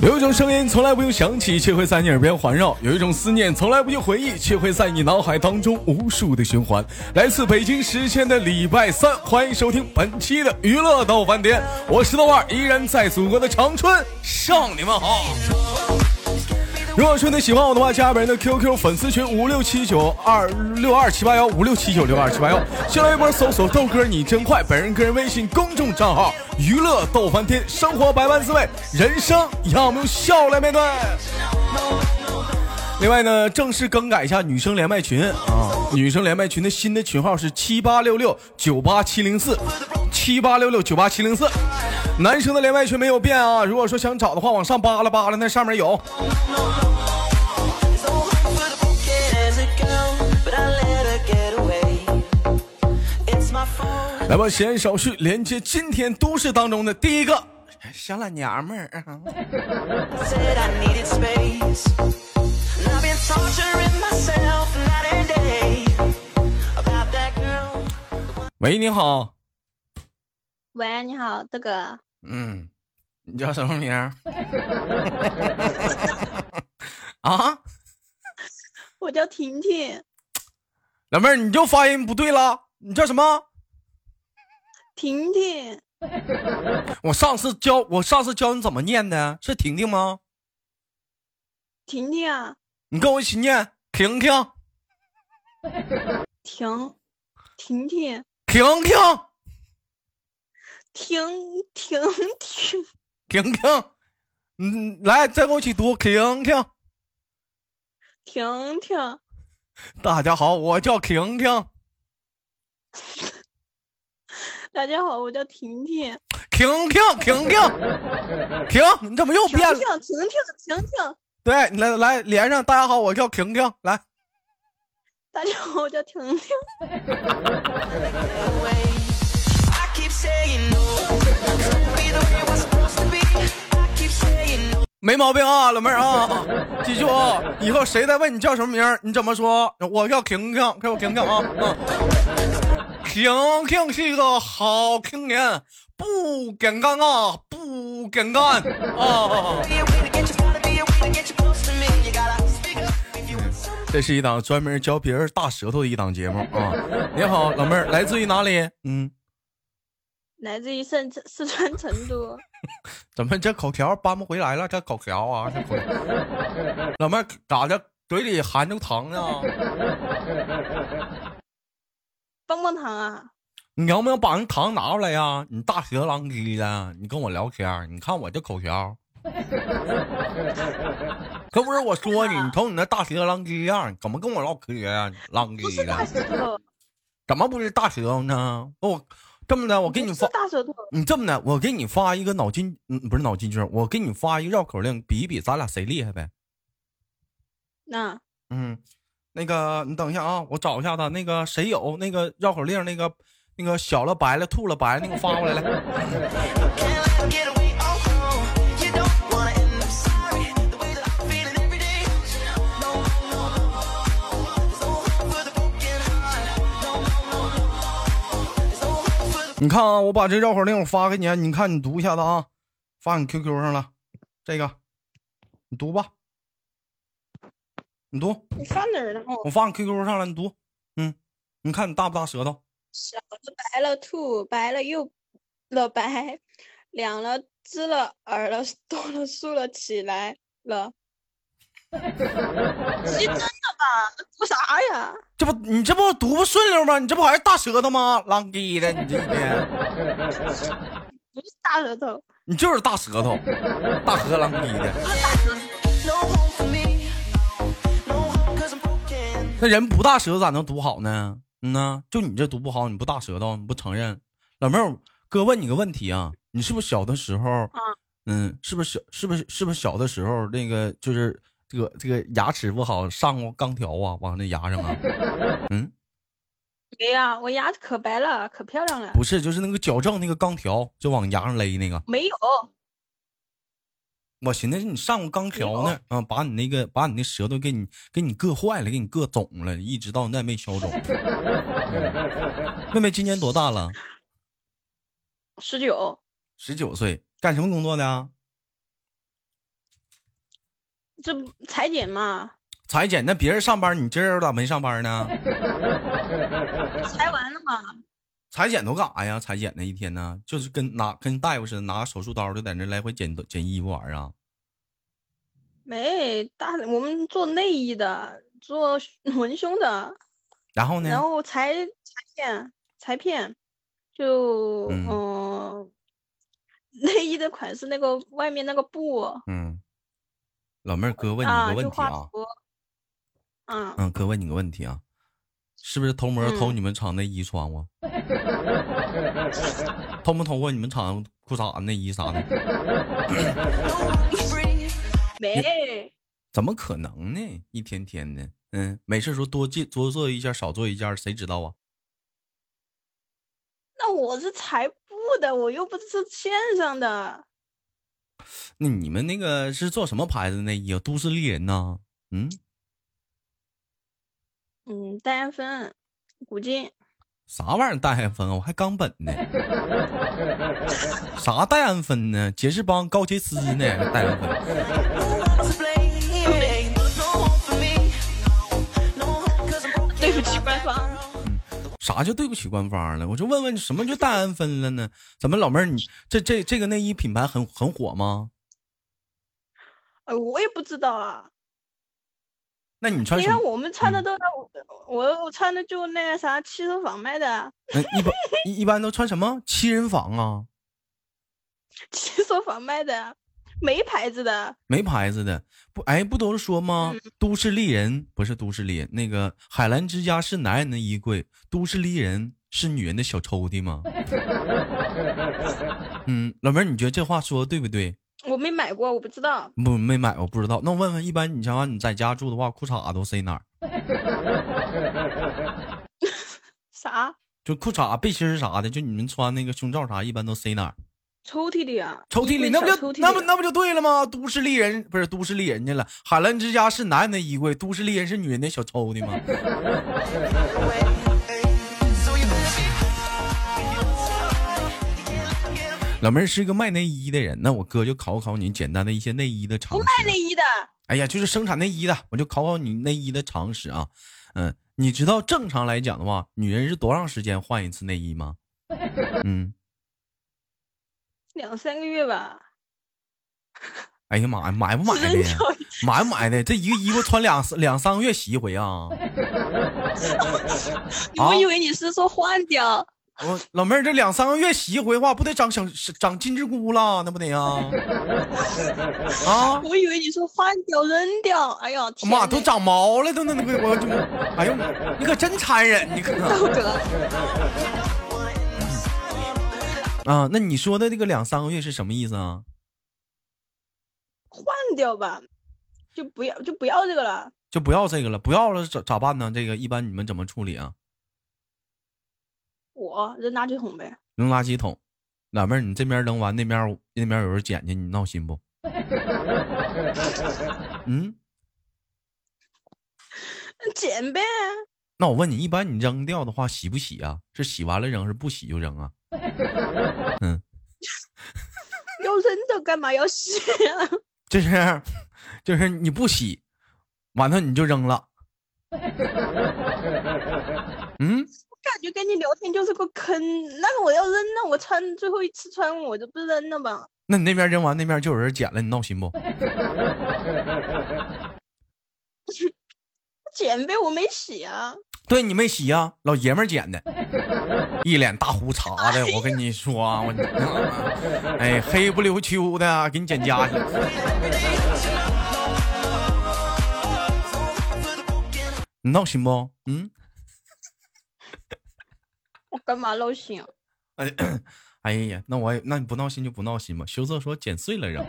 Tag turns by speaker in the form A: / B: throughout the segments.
A: 有一种声音从来不用想起，却会在你耳边环绕；有一种思念从来不用回忆，却会在你脑海当中无数的循环。来自北京时间的礼拜三，欢迎收听本期的娱乐到饭店，我是豆瓣，依然在祖国的长春向你们好。如果说你喜欢我的话，加本人的 QQ 粉丝群五六七九二六二七八幺五六七九六二七八幺，新浪微博搜索豆哥你真坏，本人个人微信公众账号娱乐逗翻天，生活百般滋味，人生让我们用笑来面对。另外呢，正式更改一下女生连麦群啊，女生连麦群的新的群号是七八六六九八七零四，七八六六九八七零四。男生的连麦群没有变啊，如果说想找的话，往上扒拉扒拉，那上面有。来吧，闲言少叙，连接今天都市当中的第一个哎小懒娘们儿啊。 喂，你好，
B: 喂，你好，这个
A: 嗯，你叫什么名儿？ 啊，
B: 我叫婷婷，
A: 老妹儿，你就发音不对了，你叫什么？
B: 婷婷，
A: 我上次教我上次教你怎么念的，是婷婷吗？
B: 婷婷啊，
A: 你跟我一起念，婷婷，
B: 婷，婷婷，
A: 婷婷，
B: 婷婷婷，
A: 婷婷，嗯，来，再跟我一起读，婷婷。
B: 婷婷，
A: 大家好，我叫婷婷，
B: 大家好，我叫婷婷，
A: 婷婷，婷婷，婷，你怎么又
B: 婷
A: 变
B: 婷，
A: 了？
B: 婷婷，婷婷，
A: 对，你来来连上，大家好，我叫婷婷，来，
B: 大家好，我叫婷婷，
A: 没毛病啊，老妹儿啊，记住啊，以后谁再问你叫什么名儿，你怎么说？我叫婷婷，给我婷婷啊，嗯，婷婷是一个好青年，不简单啊，不简单啊。这是一档专门教别人大舌头的一档节目啊！你好，老妹儿，来自于哪里？嗯，
B: 来自于四川四川成都，
A: 怎么这口条搬不回来了？这口条啊，这口条老妹儿 咋的？嘴里含着糖啊呢？
B: 棒棒糖啊，
A: 你要不要把人糖拿出来呀、你大舌狼叽的，你跟我聊天儿， 你看我这口条，可不是我说你，你瞅你那大舌狼叽样儿，怎么跟我唠嗑呀、狼
B: 不是
A: 叽
B: 大
A: 的，
B: 舌头，
A: 怎么不是大舌头呢？我这么的，我给你
B: 不
A: 发
B: 是，大舌头，
A: 你这么的，我给你发一个脑筋，嗯，不是脑筋急转弯，我给你发一个绕口令，比一比咱俩谁厉害呗。
B: 那
A: 嗯，那个你等一下啊，我找一下他。那个谁有那个绕口令，那个那个小了白了吐了白那个发过来来。 你看啊，我把这绕口令我发给你啊，你看你读一下子啊，发你 QQ 上了。这个你读吧，你读，
B: 你放哪儿了？哦，
A: 我发你 QQ 上了，你读。嗯，你看你大不大舌头？
B: 小了白了兔，白了又了白，两了知了耳 了动了竖了起来了。急真的吧？读啥呀？
A: 这不你这不读不顺溜吗？你这不还是大舌头吗？浪逼的，你这一天。
B: 不是大舌头，
A: 你就是大舌头，大荷兰逼的。那人不大舌头咋能读好呢？嗯呐，就你这读不好，你不大舌头，你不承认。老妹儿，哥问你个问题啊，你是不是小的时候，嗯，是不是小，是不是是不是小的时候那个就是这个这个牙齿不好，上过钢条啊，往那牙上啊？ 嗯，
B: 没呀，我牙可白了，可漂亮了。
A: 不是，就是那个矫正那个钢条，就往牙上勒那个。
B: 没有，
A: 我寻思是你上过钢条呢，啊，把你那个把你那舌头给你给你硌坏了，给你硌肿了，一直到那没消肿。 嗯妹妹今年多大了？
B: 十九，
A: 十九岁，干什么工作的啊？
B: 这不裁剪嘛，
A: 裁剪那别人上班，你今儿咋没上班呢？
B: 裁完了嘛，
A: 裁剪都干啥呀？裁剪那一天呢，就是跟拿跟大夫似的，拿手术刀就在那来回剪剪衣服玩儿啊。
B: 没大我们做内衣的，做 文胸的，
A: 然后呢？
B: 然后裁裁片，裁片，就
A: 嗯
B: 嗯、呃 内衣的款式那个外面那个布
A: 嗯，老妹儿，哥问你
B: 啊，
A: 个
B: 就
A: 问题
B: 画
A: 啊，
B: 图，啊，
A: 嗯，哥问你个问题啊，是不是偷摸
B: 嗯
A: 偷你们厂内衣穿过？ 偷没偷过你们厂裤衩、内衣啥的？
B: 没
A: 怎么可能呢？一天天的，嗯，没事儿时候多借多做一件，少做一件，谁知道啊？
B: 那我是裁布的，我又不是线上的，
A: 那你们那个是做什么牌子内衣啊？都市丽人呐、嗯，
B: 嗯，单元分，古今，
A: 啥玩意儿戴安芬啊？我还冈本呢，啥戴安芬呢？杰士邦、高洁丝呢？戴安芬，
B: 对不起官方，
A: 啥叫对不起官方了？我就问问，什么叫戴安芬了呢？怎么老妹儿，你这这这个内衣品牌很很火吗？
B: 呃，我也不知道啊，
A: 那你穿
B: 你
A: 什
B: 看
A: 么？
B: 我们穿的
A: 嗯
B: 都在我我我穿的就那个啥汽车坊卖的，
A: 嗯一般一一般都穿什么七人坊啊？
B: 汽车坊卖的，没牌子的，
A: 没牌子的，不，哎，不都是说吗？都市丽人不是都市丽人，那个海澜之家是男人的衣柜，都市丽人是女人的小抽屉吗？ 嗯，老妹儿，你觉得这话说的对不对？
B: 我没买过，我不知道。
A: 不，没买过，不知道。那我问问，一般你想想你在家住的话，裤衩都塞哪儿？
B: 啥
A: 就裤衩、背心儿啥的，就你们穿那个胸罩啥，一般都塞哪儿？
B: 抽屉里啊？
A: 抽屉
B: 衣
A: 里，
B: 柜
A: 那不
B: 小
A: 就
B: 抽屉
A: 那不
B: 里啊
A: 那不就对了吗？都市丽人不是都市丽人去了，海澜之家是男人的衣柜，都市丽人是女人的小抽屉吗？ 老妹儿是一个卖内衣的人，那我哥就考考你简单的一些内衣的常
B: 不
A: 识。啊
B: 卖内衣的，
A: 哎呀，就是生产内衣的，我就考考你内衣的常识啊。嗯，你知道正常来讲的话，女人是多长时间换一次内衣 吗？嗯，
B: 两三个月吧，
A: 哎呀妈呀，买不买的
B: 只能
A: 呀？
B: 叫
A: 买不买的？这一个衣服穿两两三个月洗一回啊？
B: 我以为你是说换掉，
A: 我老妹儿这两三个月洗一回的话，不得长小长金针菇了，那不得啊？啊！
B: 我以为你说换掉扔掉。哎呀，天
A: 妈，
B: 呐
A: 都长毛了，都那那个我就，哎呦，你可真残忍，你可
B: 道德。
A: 啊！那你说的这个两三个月是什么意思啊？
B: 换掉吧，就不要就不要这个了。
A: 就不要这个了，不要了咋咋办呢？这个一般你们怎么处理啊？
B: 我扔垃圾桶呗，
A: 扔垃圾桶，老妹儿，你这边扔完，那边那边有人捡去，你闹心不？嗯，
B: 嗯捡呗。
A: 那我问你，一般你扔掉的话，洗不洗啊？是洗完了扔，是不洗就扔啊？
B: 要扔的干嘛要洗 啊？
A: 就是 就是你不洗，完了你就扔了。嗯，
B: 感觉跟你聊天就是个坑，那个我要扔了，我穿最后一次穿我就不扔了吧。
A: 那你那边扔完，那边就有人捡了，你闹心不？
B: 捡呗，我没洗啊。
A: 对你没洗呀、老爷们儿捡的，一脸大胡茬的，我跟你说啊，我， 哎，黑不溜秋的，给你捡家去。你闹心不？嗯，
B: 我干嘛闹心啊？
A: 哎， 哎呀，那我也，那你不闹心就不闹心吧。羞涩说剪碎了扔，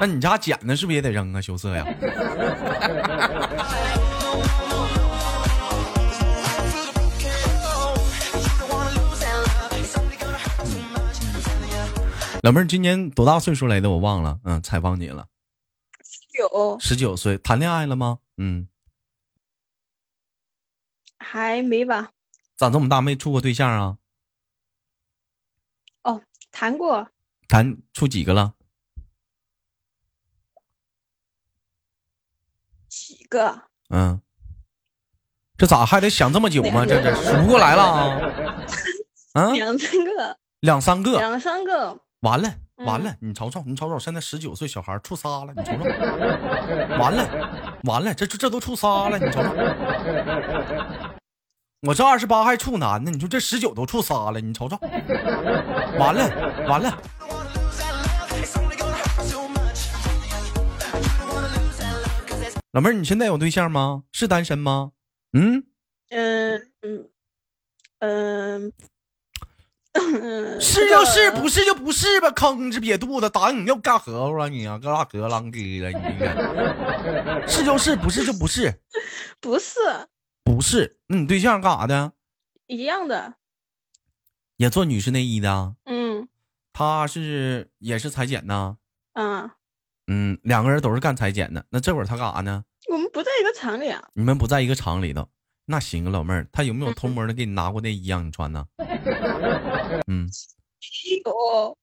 A: 那你家捡的是不是也得扔啊？羞涩呀，老妹儿今年多大岁数来的？我忘了，嗯，采访你了，
B: 有，
A: 十九岁，谈恋爱了吗？嗯，
B: 还没吧？
A: 咋这么大没处过对象啊？
B: 谈过
A: 谈处几个了？
B: 个，
A: 嗯，这咋还得想这么久吗？这这数不过来了啊！啊，
B: 两三 个，
A: 两三个，
B: 两三个，
A: 完了完了，你瞅瞅你瞅瞅，现在十九岁小孩处仨了，你瞅瞅，完了完了，这这这都处仨了，你瞅瞅，我这二十八还处男呢，你说这十九都处仨了，你瞅瞅，完了完了，老妹儿，你现在有对象吗？是单身吗？嗯，
B: 嗯嗯嗯，
A: 是就，是，不是就不是呗，吭哧瘪肚子打你要干核桃啊你啊，干啥核啷叽了你这个？ 是就是，不是就不是。
B: 不是
A: 不是，那你对象干啥的？
B: 一样的，
A: 也做女士内衣的啊？
B: 嗯
A: 他是也是裁剪呐？
B: 啊，
A: 嗯，两个人都是干裁剪的。那这会儿他干啥呢？
B: 我们不在一个厂里啊，
A: 你们不在一个厂里头，那行啊，老妹儿，他有没有偷摸的给你拿过内衣让你穿呢？嗯，
B: 有，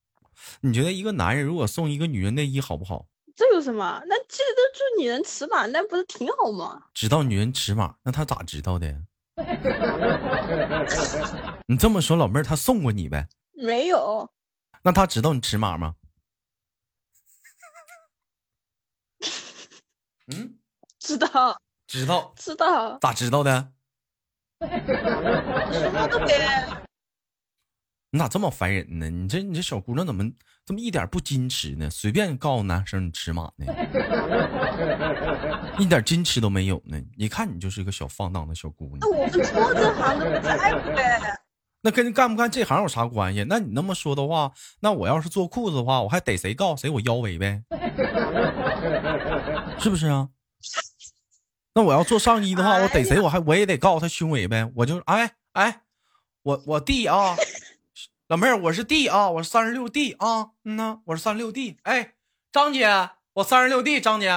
A: 你觉得一个男人如果送一个女人内衣好不好？
B: 这有什么？那记得住女人尺码，那不是挺好吗？
A: 知道女人尺码，那他咋知道的呀？你这么说，老妹儿他送过你呗？
B: 没有，
A: 那他知道你尺码吗？嗯，
B: 知道
A: 知道，
B: 知道，
A: 咋知道的？
B: 什么都给，
A: 你咋这么烦人呢？你这你这小姑娘怎么这么一点不矜持呢？随便告诉男生你尺码呢， 一点矜持都没有呢。一看你就是个小放荡的小姑娘
B: 那。我们做这行的不在乎呗，
A: 那跟干不干这行有啥关系？那你那么说的话，那我要是做裤子的话，我还逮谁告谁我腰围呗， 是不是啊？那我要做上衣的话，我逮谁我还我也得告他胸围呗，我就哎哎，我我弟啊，老妹儿我是弟啊，我是三十六 D 啊，嗯呐，我是三十六 D，哎，张姐我三十六 D，张姐，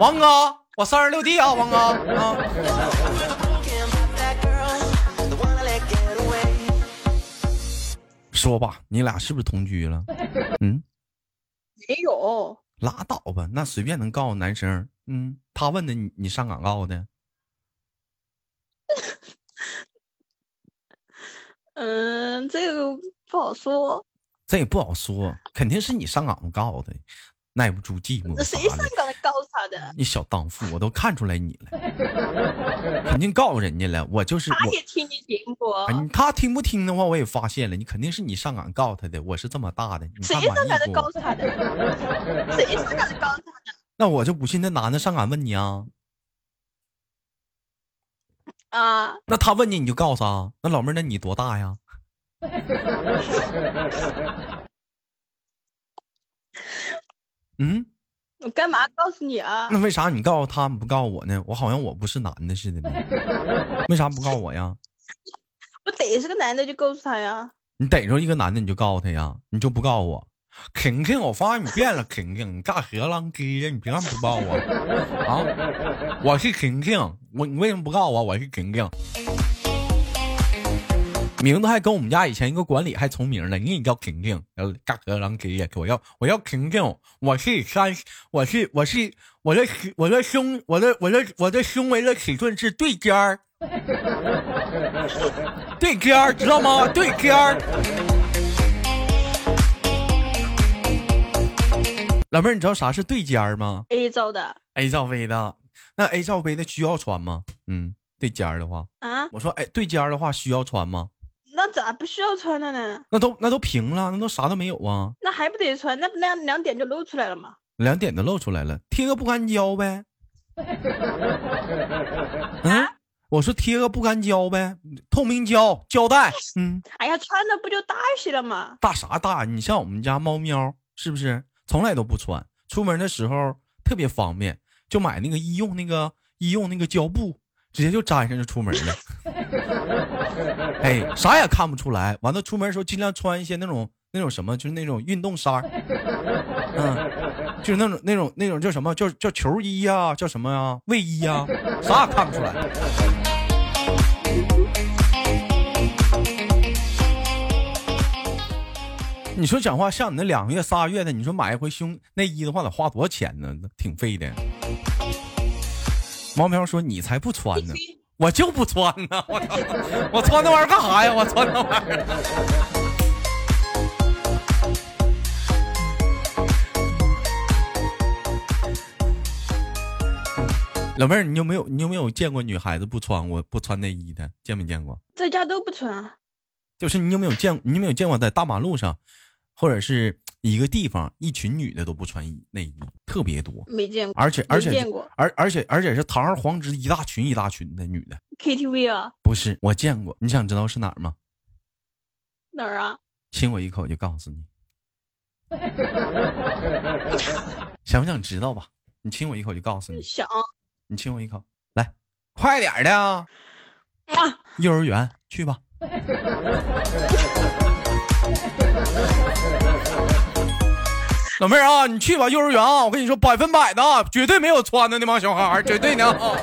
A: 王哥我三十六 D 啊，王哥啊。说吧，你俩是不是同居了？嗯，
B: 没有，
A: 拉倒吧，那随便能告诉男生。嗯，他问的你，你上岗告的，
B: 嗯，这个不好说，
A: 这也不好说，肯定是你上岗告的，耐不住寂寞
B: 那
A: 啥
B: 谁上
A: 的。
B: 岗告诉他的？
A: 你小荡妇，我都看出来你了，肯定告人家了。我就是
B: 他也
A: 我，
B: 听你节目，
A: 哎你他听不听的话，我也发现了，你肯定是你上岗告他的。我是这么大的，你
B: 谁
A: 看
B: 上岗
A: 满
B: 的
A: 意
B: 告
A: 不？
B: 诉他的？ 谁上岗的告诉他的？
A: 那我就不信那男的上岗问你啊，
B: 啊，
A: 那他问你你就告诉啊。那老妹儿，那你多大呀？ 嗯，
B: 我干嘛告诉你啊？
A: 那为啥你告诉他你不告诉我呢？我好像我不是男的似的呢，为啥不告诉我呀？
B: 我逮是个男的就告诉他呀。
A: 你逮着一个男的你就告诉他呀，你就不告诉我？肯肯，我发现你变了，肯肯，你干何浪鸡呀？你凭啥不告诉我？啊，我是肯肯，我你为什么不告诉我？我是肯肯，名字还跟我们家以前一个管理还重名呢，你也叫肯肯，呃干何浪鸡呀？我要我要肯肯，我是三，我是我是我的我的胸我的我的我的胸围的尺寸是对尖儿， 对尖儿知道吗？对尖儿。老妹儿，你知道啥是对尖儿吗
B: A 招的
A: ？A 罩杯的，那 A 罩杯的需要穿吗？嗯，对尖儿的话，
B: 啊？
A: 我说，哎，对尖儿的话需要穿吗？
B: 那咋不需要穿了呢？
A: 那都那都平了，那都啥都没有啊，
B: 那还不得穿？那不那两点就露出来了吗？
A: 两点都露出来了，贴个不干胶呗。嗯，我说贴个不干胶呗，透明胶胶带，嗯，
B: 哎呀，穿的不就大些了吗？
A: 大啥大？你像我们家猫喵是不是从来都不穿？出门的时候特别方便，就买那个医用那个医用那个胶布，直接就粘上就出门了。 哎，啥也看不出来。完了，出门的时候尽量穿一些那种那种什么，就是那种运动衫儿，嗯，就是那种那种那种叫什么叫叫球衣呀、叫什么呀、啊卫衣呀、啥也看不出来。你说讲话像你那两个月仨月的，你说买一回胸内衣的话，得花多少钱呢？挺费的。王苗说：“你才不穿呢，我就不穿呢，我操我穿那玩意儿干啥呀？我穿那玩意儿。”老妹儿，你有没有你有没有见过女孩子不穿过不穿内衣的？见没见过？
B: 在家都不穿啊。
A: 就是你有没有见你有没有见过在大马路上，或者是一个地方，一群女的都不穿衣内衣，特别多，
B: 没见过
A: 而且而且
B: 没见过
A: 而而且而且是堂而皇之一大群一大群的女的。
B: KTV 啊，
A: 不是，我见过。你想知道是哪儿吗？
B: 哪儿啊？
A: 亲我一口，我就告诉你。 想不想知道吧？你亲我一口，就告诉你。
B: 想
A: 你亲我一口，来，快点儿的啊！
B: 啊，
A: 幼儿园去吧。老妹儿啊，你去吧，幼儿园啊！我跟你说，百分百的啊，绝对没有穿的那帮小孩儿，绝对的啊。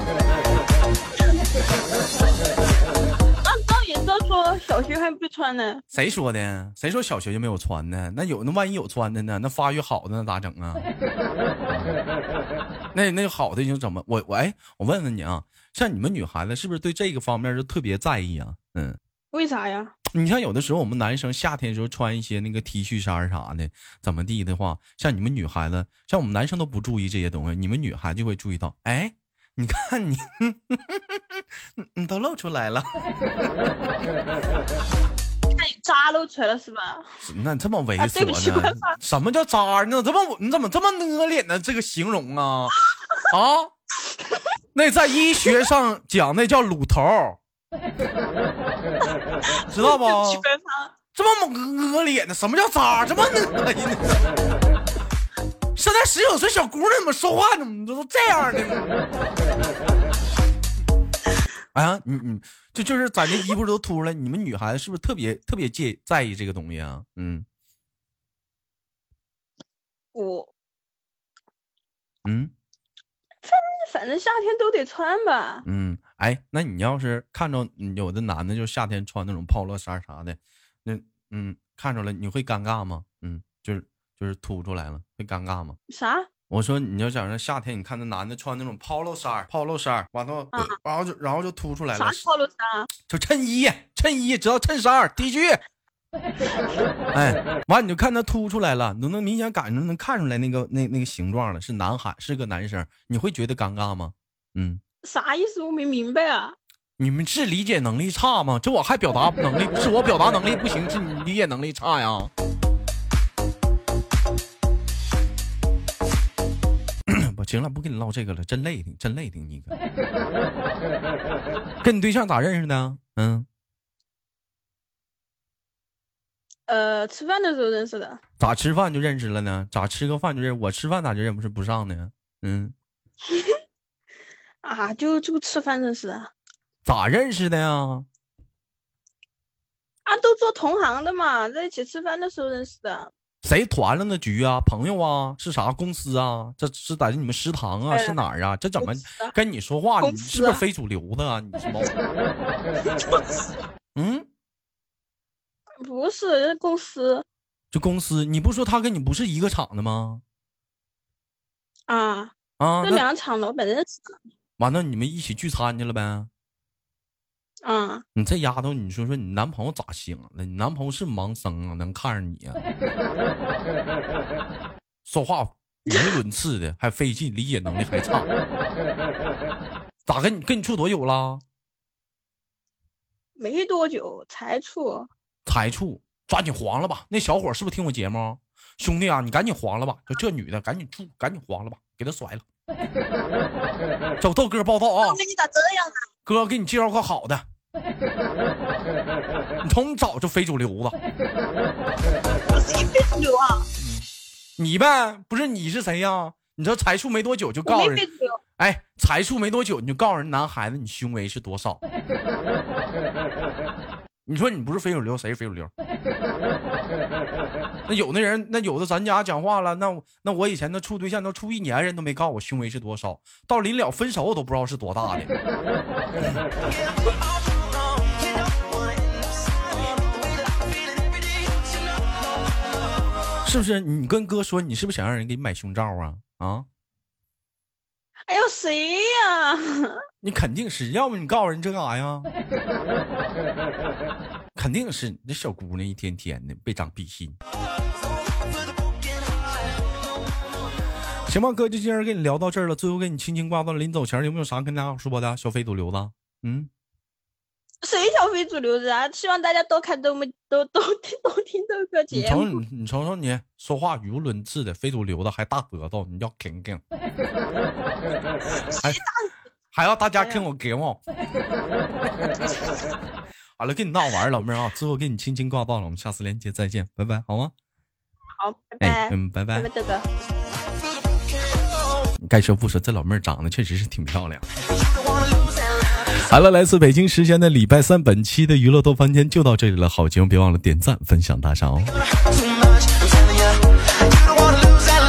B: 按照也都说小学还不穿呢，
A: 谁说的？谁说小学就没有穿的？那有那万一有穿的呢？那发育好的那咋整啊？那那好的就怎么？我我哎，我问问你啊，像你们女孩子是不是对这个方面就特别在意啊？嗯，
B: 为啥呀？
A: 你像有的时候我们男生夏天的时候穿一些那个 T 恤衫儿啥的，怎么地的话，像你们女孩子，像我们男生都不注意这些东西，你们女孩就会注意到，哎，你看你， 你你都露出来了。
B: 看你扎露出来了是吧？
A: 那你这么猥
B: 啊对不起
A: 琐呢
B: 官方？
A: 什么叫渣儿？你怎么这么你怎么这么呢脸呢？这个形容啊啊！那在医学上讲，那叫乳头儿，知道 不？
B: 去官方，
A: 这么么呢脸呢？什么叫渣儿？这么哎呢脸呢？现在十九岁小姑娘怎么说话怎么都这样的呢？哎呀，你你就就是咱这衣服都秃了，你们女孩子是不是特别特别介在意这个东西啊？嗯
B: 我
A: 嗯
B: 反正夏天都得穿吧。
A: 嗯，哎，那你要是看着有的男的就夏天穿那种 polo 衫啥的，那嗯看着了你会尴尬吗？嗯，就是就是凸出来了，会尴尬吗？
B: 啥？
A: 我说你要想让夏天，你看那男的穿那种 polo 衫儿，polo 衫儿，完后、
B: 啊
A: 然后就然后就凸出来了
B: 啥，套路衫啊？
A: 就衬衣，衬衣，知道衬衫儿 T 恤。哎，完你就看他凸出来了，你都能明显感觉能看出来那个那那个形状了，是男孩，是个男生，你会觉得尴尬吗？嗯，
B: 啥意思？我没明白啊。
A: 你们是理解能力差吗？这我还表达能力，是我表达能力不行，是你理解能力差呀？ 不行了，不跟你唠这个了，真累挺，真累挺你个。跟你对象咋认识的？嗯，
B: 呃，吃饭的时候认识的，
A: 咋吃饭就认识了呢？咋吃个饭就认？我吃饭咋就认不是不上呢？嗯，
B: 啊，就就吃饭认识的，啊，
A: 咋认识的呀？
B: 啊都做同行的嘛，在一起吃饭的时候认识的，
A: 谁团了的局啊？朋友啊？是啥公司啊？这是在你们食堂啊？
B: 哎
A: 是哪儿啊？这怎么
B: 公司啊
A: 跟你说话？
B: 公
A: 你
B: 司
A: 是不是
B: 啊
A: 非主流的啊？你是猫？ 嗯，
B: 不是是公司
A: 这公司，你不说他跟你不是一个厂的吗？
B: 啊，
A: 啊，
B: 这
A: 那
B: 两场老板认识的
A: 完了你们一起聚餐去了呗？
B: 啊，
A: 你这丫头，你说说你男朋友咋想的？你男朋友是盲僧啊，能看上你啊？说话语无伦次的，还费劲，理解能力还差。咋跟你跟你处多久了？
B: 没多久才处，
A: 才处，抓紧黄了吧！那小伙儿是不是听我节目？兄弟啊，你赶紧黄了吧！就这女的，赶紧处，赶紧黄了吧，给她甩了。走，豆哥报道啊！
B: 那你咋这样啊？
A: 哥给你介绍个好的，你从早就非主流子，
B: 我是一辈子流啊，
A: 你呗，不是你是谁呀、你这才处没多久就告
B: 我
A: 诉
B: 没辈
A: 人，
B: 子流，
A: 哎，才处没多久你就告诉人男孩子你胸围是多少，你说你不是非主流，谁是非主流？那有的人，那有的咱家讲话了，那我那我以前那处对象都处一年，人都没告我胸围是多少，到临了分手我都不知道是多大的。是不是？你跟哥说，你是不是想让人给你买胸罩啊？啊，
B: 哎呦，谁呀、
A: 你肯定是，要不你告诉人这干啥呀？ 肯定是你这小姑娘一天天的别长逼心。行吧，哥，就今儿跟你聊到这儿了。最后跟你轻轻挂断，临走前有没有啥跟大家说的？小非主流的，嗯，
B: 谁小非主流的啊？希望大家多看、多么、多都听、都听这个
A: 你
B: 节
A: 瞅
B: 目。
A: 你，你瞅瞅你说话语无伦次的，非主流的，还大舌头，你要啃 啃，还还要大家跟我给我。好了，跟你闹玩儿，老妹 儿啊，最后跟你轻轻挂断了，我们下次连接再见，拜拜，好吗？
B: 好，拜
A: 哎
B: 拜，，
A: 嗯，拜拜
B: 咱。们这个。
A: 该说不说，这老妹儿长得确实是挺漂亮。 好了，来自北京时间的礼拜三，本期的娱乐豆翻天就到这里了。好节目，别忘了点赞、分享、打赏哦。
C: too much. I'm telling ya, you don't wanna lose that.